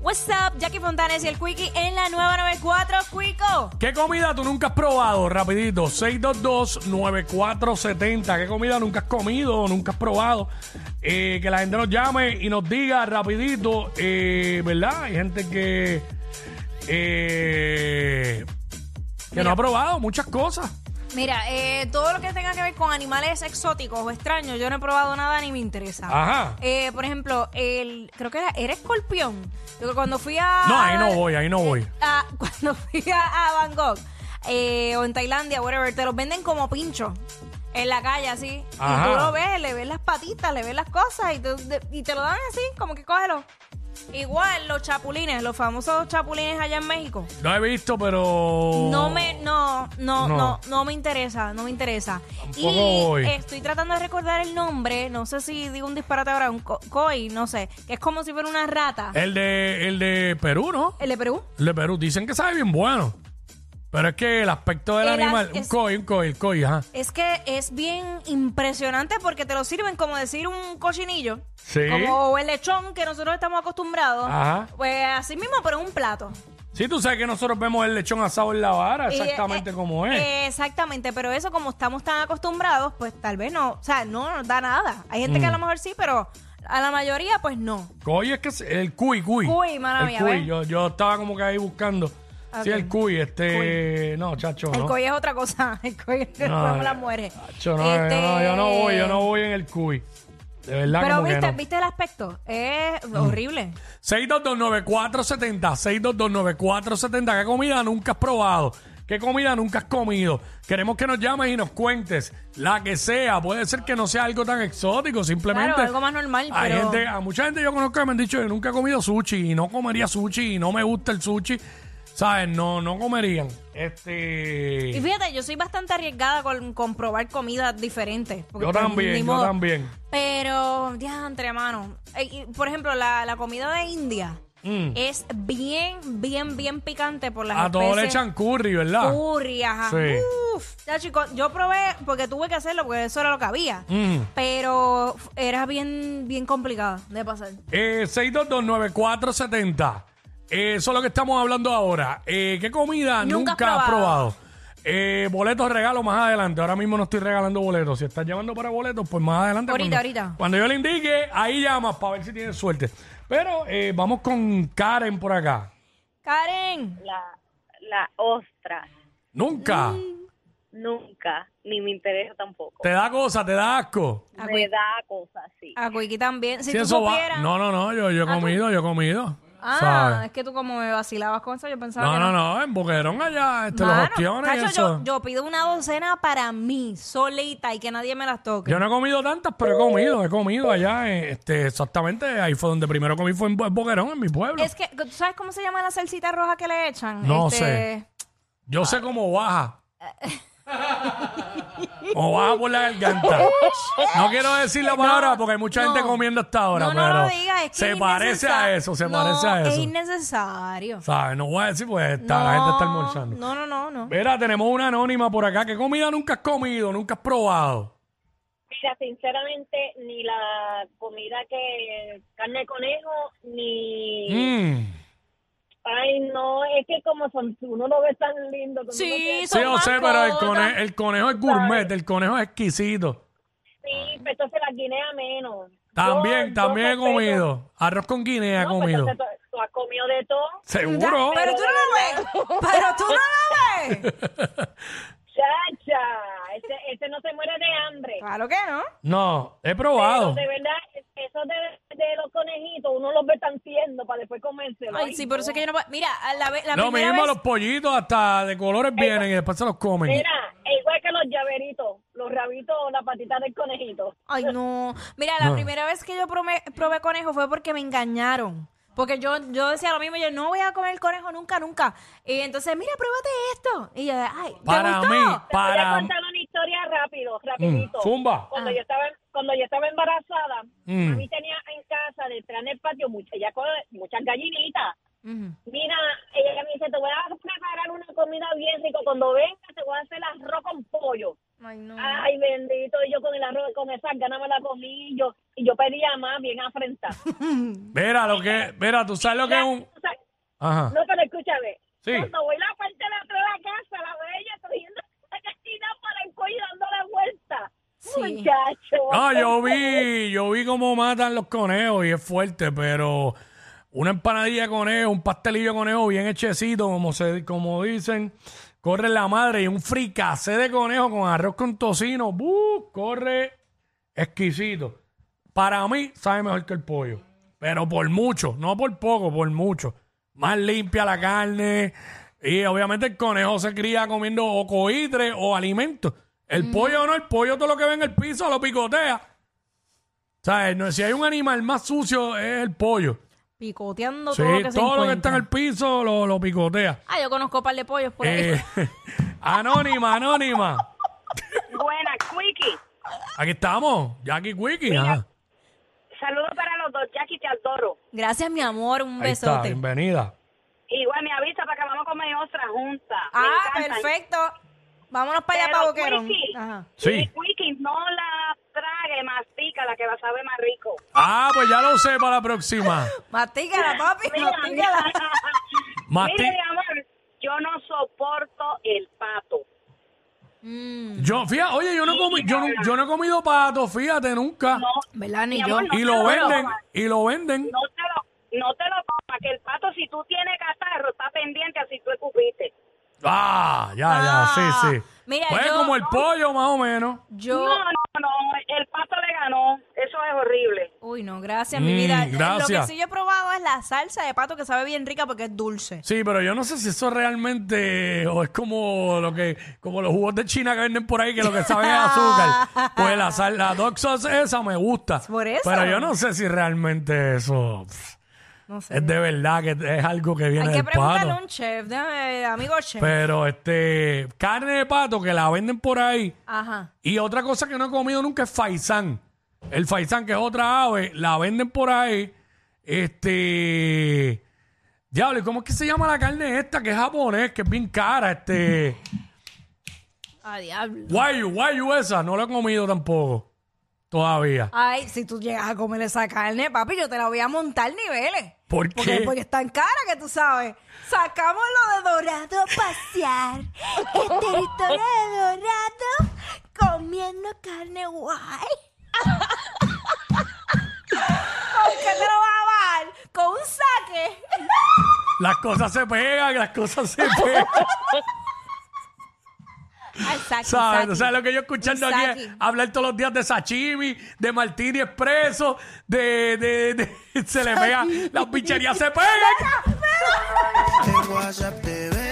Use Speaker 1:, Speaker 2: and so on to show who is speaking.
Speaker 1: What's up, Jackie Fontanes y el Quickie en la nueva 94, Quico.
Speaker 2: ¿Qué comida tú nunca has probado? Rapidito, 622-9470. ¿Qué comida nunca has comido o nunca has probado? Eh, que la gente nos llame y nos diga rapidito, eh, ¿verdad? Hay gente que, eh, que no ha probado muchas cosas.
Speaker 1: Mira, eh, todo lo que tenga que ver con animales exóticos o extraños, yo no he probado nada ni me interesa.
Speaker 2: Ajá.
Speaker 1: Eh, por ejemplo, el, creo que era, era escorpión. Yo que cuando fui a...
Speaker 2: No, ahí no voy, ahí no voy.
Speaker 1: a- Ah, cuando fui a, a Bangkok eh, o en Tailandia, whatever, te los venden como pincho en la calle así.
Speaker 2: Ajá.
Speaker 1: Y tú lo ves, le ves las patitas, le ves las cosas y, tú- de- y te lo dan así, como que cógelo. Igual los chapulines, los famosos chapulines allá en México.
Speaker 2: No he visto, pero.
Speaker 1: No me, no, no,
Speaker 2: No.
Speaker 1: no, no, me interesa, no me interesa.
Speaker 2: Tampoco
Speaker 1: y
Speaker 2: voy.
Speaker 1: estoy tratando de recordar el nombre, no sé si digo un disparate ahora, un co- koi, no sé, que es como si fuera una rata.
Speaker 2: El de, el de Perú, ¿no?
Speaker 1: ¿El de Perú?
Speaker 2: El de Perú. Dicen que sabe bien bueno. Pero es que el aspecto del
Speaker 1: El as-
Speaker 2: animal. Un
Speaker 1: es-
Speaker 2: koi, un koi, el koi, ajá.
Speaker 1: Es que es bien impresionante porque te lo sirven como decir un cochinillo.
Speaker 2: Sí.
Speaker 1: Como o el lechón que nosotros estamos acostumbrados.
Speaker 2: Ajá.
Speaker 1: Pues así mismo, pero en un plato.
Speaker 2: Sí, tú sabes que nosotros vemos el lechón asado en la vara,
Speaker 1: Y,
Speaker 2: exactamente
Speaker 1: eh,
Speaker 2: como es.
Speaker 1: eh, Exactamente, pero eso como estamos tan acostumbrados, pues tal vez no, o sea, no nos da nada. Hay gente
Speaker 2: Mm.
Speaker 1: que a lo mejor sí, pero a la mayoría pues no.
Speaker 2: Coy es que es el cuy, cuy.
Speaker 1: Cuy, mala
Speaker 2: el
Speaker 1: mía,
Speaker 2: cuy.
Speaker 1: ¿ves?
Speaker 2: Yo, yo estaba como que ahí buscando. Sí,
Speaker 1: Ok.
Speaker 2: el cuy, este. No, chacho.
Speaker 1: El
Speaker 2: no.
Speaker 1: coy es otra cosa, el coy es
Speaker 2: No,
Speaker 1: como la muere.
Speaker 2: chacho, no,
Speaker 1: Este,
Speaker 2: yo, no, yo no voy, yo no voy en el cuy. De verdad,
Speaker 1: Pero
Speaker 2: como que
Speaker 1: viste,
Speaker 2: no. Mm.
Speaker 1: viste el aspecto, es horrible.
Speaker 2: 6229470, 6229470. ¿Qué comida nunca has probado? ¿Qué comida nunca has comido? Queremos que nos llames y nos cuentes la que sea. Puede ser que no sea algo tan exótico, simplemente.
Speaker 1: Claro, algo más normal,
Speaker 2: Hay
Speaker 1: pero-
Speaker 2: gente, a mucha gente yo conozco que me han dicho que nunca he comido sushi y no comería sushi y no me gusta el sushi. ¿Sabes? No, no comerían. Este.
Speaker 1: Y fíjate, yo soy bastante arriesgada con, con probar comidas diferentes. porque
Speaker 2: yo
Speaker 1: pues,
Speaker 2: también,
Speaker 1: ni
Speaker 2: yo
Speaker 1: modo.
Speaker 2: también.
Speaker 1: Pero, diantre, mano. Eh, y, por ejemplo, la, la comida de India
Speaker 2: Mm.
Speaker 1: es bien, bien, bien picante por las
Speaker 2: A todos le
Speaker 1: especies. Uh,
Speaker 2: echan curry, ¿verdad?
Speaker 1: Curry, ajá.
Speaker 2: Sí.
Speaker 1: Uf. Ya, chico, yo probé porque tuve que hacerlo porque eso era lo que había.
Speaker 2: Mm.
Speaker 1: Pero f- era bien, bien complicado de pasar.
Speaker 2: Eh, 6229470. Eh, eso es lo que estamos hablando ahora. Eh, ¿Qué comida
Speaker 1: Nunca
Speaker 2: nunca,
Speaker 1: has
Speaker 2: has probado?
Speaker 1: probado?
Speaker 2: Eh, boletos regalo más adelante. Ahora mismo no estoy regalando boletos. Si estás llamando para boletos, pues más adelante.
Speaker 1: Ahorita,
Speaker 2: cuando,
Speaker 1: ahorita.
Speaker 2: Cuando yo le indique, ahí llamas para ver si tienes suerte. Pero eh, vamos con Karen por acá.
Speaker 1: Karen,
Speaker 3: la, la ostra.
Speaker 2: Nunca.
Speaker 1: Mm.
Speaker 3: Nunca, ni me interesa tampoco.
Speaker 2: Te da cosa, te da asco.
Speaker 1: a
Speaker 3: Me
Speaker 1: Quiki,
Speaker 3: da cosas así.
Speaker 1: a Quiki también. Si,
Speaker 2: Si
Speaker 1: tú
Speaker 2: eso va-
Speaker 1: supieras.
Speaker 2: No, no, no. Yo, yo he comido, yo he comido.
Speaker 1: Ah,
Speaker 2: ¿Sabes?
Speaker 1: es que tú como me vacilabas con eso, yo pensaba
Speaker 2: No,
Speaker 1: que
Speaker 2: no, no. En Boquerón allá, este, los
Speaker 1: Mano,
Speaker 2: ostiones y
Speaker 1: tacho,
Speaker 2: eso.
Speaker 1: Yo, yo pido una docena para mí, solita, y que nadie me las toque.
Speaker 2: Yo no he comido tantas, pero he comido, he comido allá, eh, este, exactamente, ahí fue donde primero comí fue en Bo- en Boquerón, en mi pueblo.
Speaker 1: Es que, ¿tú sabes cómo se llama la salsita roja que le echan?
Speaker 2: No
Speaker 1: Este,
Speaker 2: sé. Yo sé cómo baja. o baja por la garganta. No quiero decir la palabra porque hay mucha gente
Speaker 1: no.
Speaker 2: comiendo hasta ahora,
Speaker 1: no, no
Speaker 2: pero
Speaker 1: lo digas, es que
Speaker 2: se
Speaker 1: es
Speaker 2: parece a
Speaker 1: innecesa-
Speaker 2: eso, se
Speaker 1: No,
Speaker 2: parece a
Speaker 1: Es
Speaker 2: eso.
Speaker 1: innecesario.
Speaker 2: ¿Sabes? No voy a decir, pues está,
Speaker 1: No,
Speaker 2: la gente está almorzando.
Speaker 1: No, no, no, no.
Speaker 2: Mira, tenemos una anónima por acá. ¿Qué comida nunca has comido, nunca has probado?
Speaker 3: Mira, sinceramente, ni la comida que carne de conejo, ni...
Speaker 2: Mm.
Speaker 3: Ay, no, es que como son, uno lo ve tan lindo. que uno
Speaker 1: Sí,
Speaker 3: quiere-
Speaker 2: Sí,
Speaker 1: Son
Speaker 2: yo
Speaker 1: más
Speaker 2: sé, pero el,
Speaker 1: cosas.
Speaker 2: cone- el conejo es gourmet, el conejo es exquisito.
Speaker 3: sí, pero entonces la guinea menos.
Speaker 2: También,
Speaker 3: Yo- yo
Speaker 2: también he
Speaker 3: respeto-
Speaker 2: comido. Arroz con guinea he
Speaker 3: No, pues,
Speaker 2: comido.
Speaker 3: entonces tú- tú has comido de todo.
Speaker 2: Seguro.
Speaker 1: Pero tú no lo ves. Pero tú no lo ves.
Speaker 3: Chacha, ese, ese no se muere de hambre.
Speaker 1: Claro que no.
Speaker 2: No, he
Speaker 3: Pero
Speaker 2: probado.
Speaker 3: de verdad, eso de, de los conejitos, uno los ve tantiendo para después comérselo.
Speaker 1: Ay, sí, por eso es que yo no puedo- Mira, a la, ve- la
Speaker 2: Lo
Speaker 1: primera
Speaker 2: mismo
Speaker 1: vez-
Speaker 2: los pollitos hasta de colores vienen y después se los comen.
Speaker 3: Mira, es igual que los llaveritos, los rabitos o las patitas del conejito.
Speaker 1: Ay, no. Mira, la primera vez que yo prome- probé conejo fue porque me engañaron. Porque yo, yo decía lo mismo, yo no voy a comer conejo nunca, nunca. Y entonces, mira, pruébate esto. Y yo, ay, ¿te
Speaker 2: Para
Speaker 1: gustó?
Speaker 2: mí,
Speaker 3: Voy a
Speaker 2: para
Speaker 3: contar una historia rápido, rapidito.
Speaker 2: Mm, zumba.
Speaker 3: Cuando,
Speaker 1: Ah.
Speaker 3: yo estaba, cuando yo estaba embarazada,
Speaker 2: Mm.
Speaker 3: mami tenía en casa, detrás del patio, muchas, ya co- muchas gallinitas.
Speaker 1: Ujú.
Speaker 3: Mira, ella me dice, te voy a preparar una comida bien rica. Cuando venga, te voy a hacer arroz con pollo.
Speaker 1: Ay, no.
Speaker 3: Ay, bendito, y yo con el arroz, con esa ganas me la comí, y yo, y yo pedía más, bien afrentada.
Speaker 2: mira lo que, mira, tú sabes lo que es un,
Speaker 3: ¿Tú
Speaker 2: Ajá.
Speaker 3: Ah, No, pero escúchame.
Speaker 2: Sí.
Speaker 3: Cuando voy la parte de atrás de la casa, la veo ella cogiendo la cachina para el cuello y dando la vuelta.
Speaker 1: Sí.
Speaker 3: Muchacho.
Speaker 2: No, yo vi, yo vi cómo matan los conejos y es fuerte, pero una empanadilla de conejo, un pastelillo de conejo bien hechecito, como se, como dicen, corre la madre y un fricacé de conejo con arroz con tocino, ¡buh! corre exquisito. Para mí sabe mejor que el pollo, pero por mucho, no por poco, por mucho. Más limpia la carne y obviamente el conejo se cría comiendo o coitre o alimentos. El pollo no, el pollo todo lo que ve en el piso lo picotea. ¿Sabes? No, si hay un animal más sucio es el pollo.
Speaker 1: Picoteando
Speaker 2: Sí,
Speaker 1: todo lo que se
Speaker 2: todo lo que
Speaker 1: encuentra.
Speaker 2: está en el piso lo, lo picotea.
Speaker 1: Ah, yo conozco un par de pollos por ahí.
Speaker 2: Eh, anónima, anónima.
Speaker 3: Buena, Quickie.
Speaker 2: Aquí estamos, Jackie Wiki. ajá.
Speaker 3: Saludos para los dos. Jackie, te adoro.
Speaker 1: Gracias, mi amor. Un
Speaker 2: Ahí está,
Speaker 1: besote.
Speaker 2: bienvenida.
Speaker 3: Igual me avisa para que vamos a comer otra junta. Me
Speaker 1: ah,
Speaker 3: encantan.
Speaker 1: perfecto. Vámonos para allá,
Speaker 3: Pero,
Speaker 1: para Boquerón.
Speaker 3: Quickie,
Speaker 1: Ajá.
Speaker 2: Sí.
Speaker 3: Quickie, no la trague, mastica, la que la sabe más rico.
Speaker 2: Ah, pues ya lo sé para la próxima.
Speaker 1: Mastícala, papi.
Speaker 3: Mira,
Speaker 1: Mastícala.
Speaker 2: Mati-
Speaker 3: Mira, mi amor, yo no soporto el pato.
Speaker 1: Mm,
Speaker 2: Yo, fíjate, oye, yo no, comi- yo, no, yo no he comido pato, fíjate, nunca.
Speaker 3: No,
Speaker 1: ¿Verdad? Ni
Speaker 3: Mi
Speaker 1: yo.
Speaker 3: amor, no.
Speaker 2: y lo
Speaker 3: te lo
Speaker 2: venden,
Speaker 3: comas.
Speaker 2: y lo venden.
Speaker 3: no te lo, no te lo comas, que el pato, si tú tienes catarro, está pendiente así tú escupiste.
Speaker 2: Ah, ya,
Speaker 1: Ah,
Speaker 2: ya, sí, sí.
Speaker 1: mira,
Speaker 2: pues
Speaker 1: yo-
Speaker 2: como el pollo, más o menos.
Speaker 1: Yo.
Speaker 3: No, no, no, el pato le ganó. Eso es horrible.
Speaker 1: Uy, no, gracias, mi
Speaker 2: Mm,
Speaker 1: vida. Lo que
Speaker 2: gracias.
Speaker 1: sí yo he probado es la salsa de pato que sabe bien rica porque es dulce.
Speaker 2: Sí, pero yo no sé si eso realmente o es como lo que como los jugos de China que venden por ahí que lo que saben es azúcar. Pues la sal, la dog sauce esa me gusta.
Speaker 1: Por eso.
Speaker 2: Pero yo no sé si realmente eso pff,
Speaker 1: No sé.
Speaker 2: es de verdad que es algo que viene
Speaker 1: Hay que
Speaker 2: del pato.
Speaker 1: preguntarle a un chef, déjame, amigo chef.
Speaker 2: Pero este carne de pato que la venden por ahí
Speaker 1: Ajá.
Speaker 2: y otra cosa que no he comido nunca es faisán. El faisán que es otra ave la venden por ahí. Este Diablo, ¿y cómo es que se llama la carne esta que es japonés, que es bien cara? Este.
Speaker 1: A diablo.
Speaker 2: Guayu, guayu esa, no la he comido tampoco. Todavía.
Speaker 1: Ay, si tú llegas a comer esa carne, papi, yo te la voy a montar niveles.
Speaker 2: ¿Por
Speaker 1: Porque,
Speaker 2: qué?
Speaker 1: porque es tan cara que tú sabes. Sacamos lo de dorado a pasear. El territorio de dorado comiendo carne guay. ¿Con qué te lo vas a bajar? Con un saque.
Speaker 2: Las cosas se pegan, las cosas se pegan.
Speaker 1: Ay, saque,
Speaker 2: ¿Sabes?
Speaker 1: saque.
Speaker 2: O sea, lo que yo escuchando aquí es
Speaker 1: Misaki.
Speaker 2: hablar todos los días de sashimi, de martini expreso, de. de, de- se le pega. Las bicherías se pegan.
Speaker 4: en WhatsApp te veo.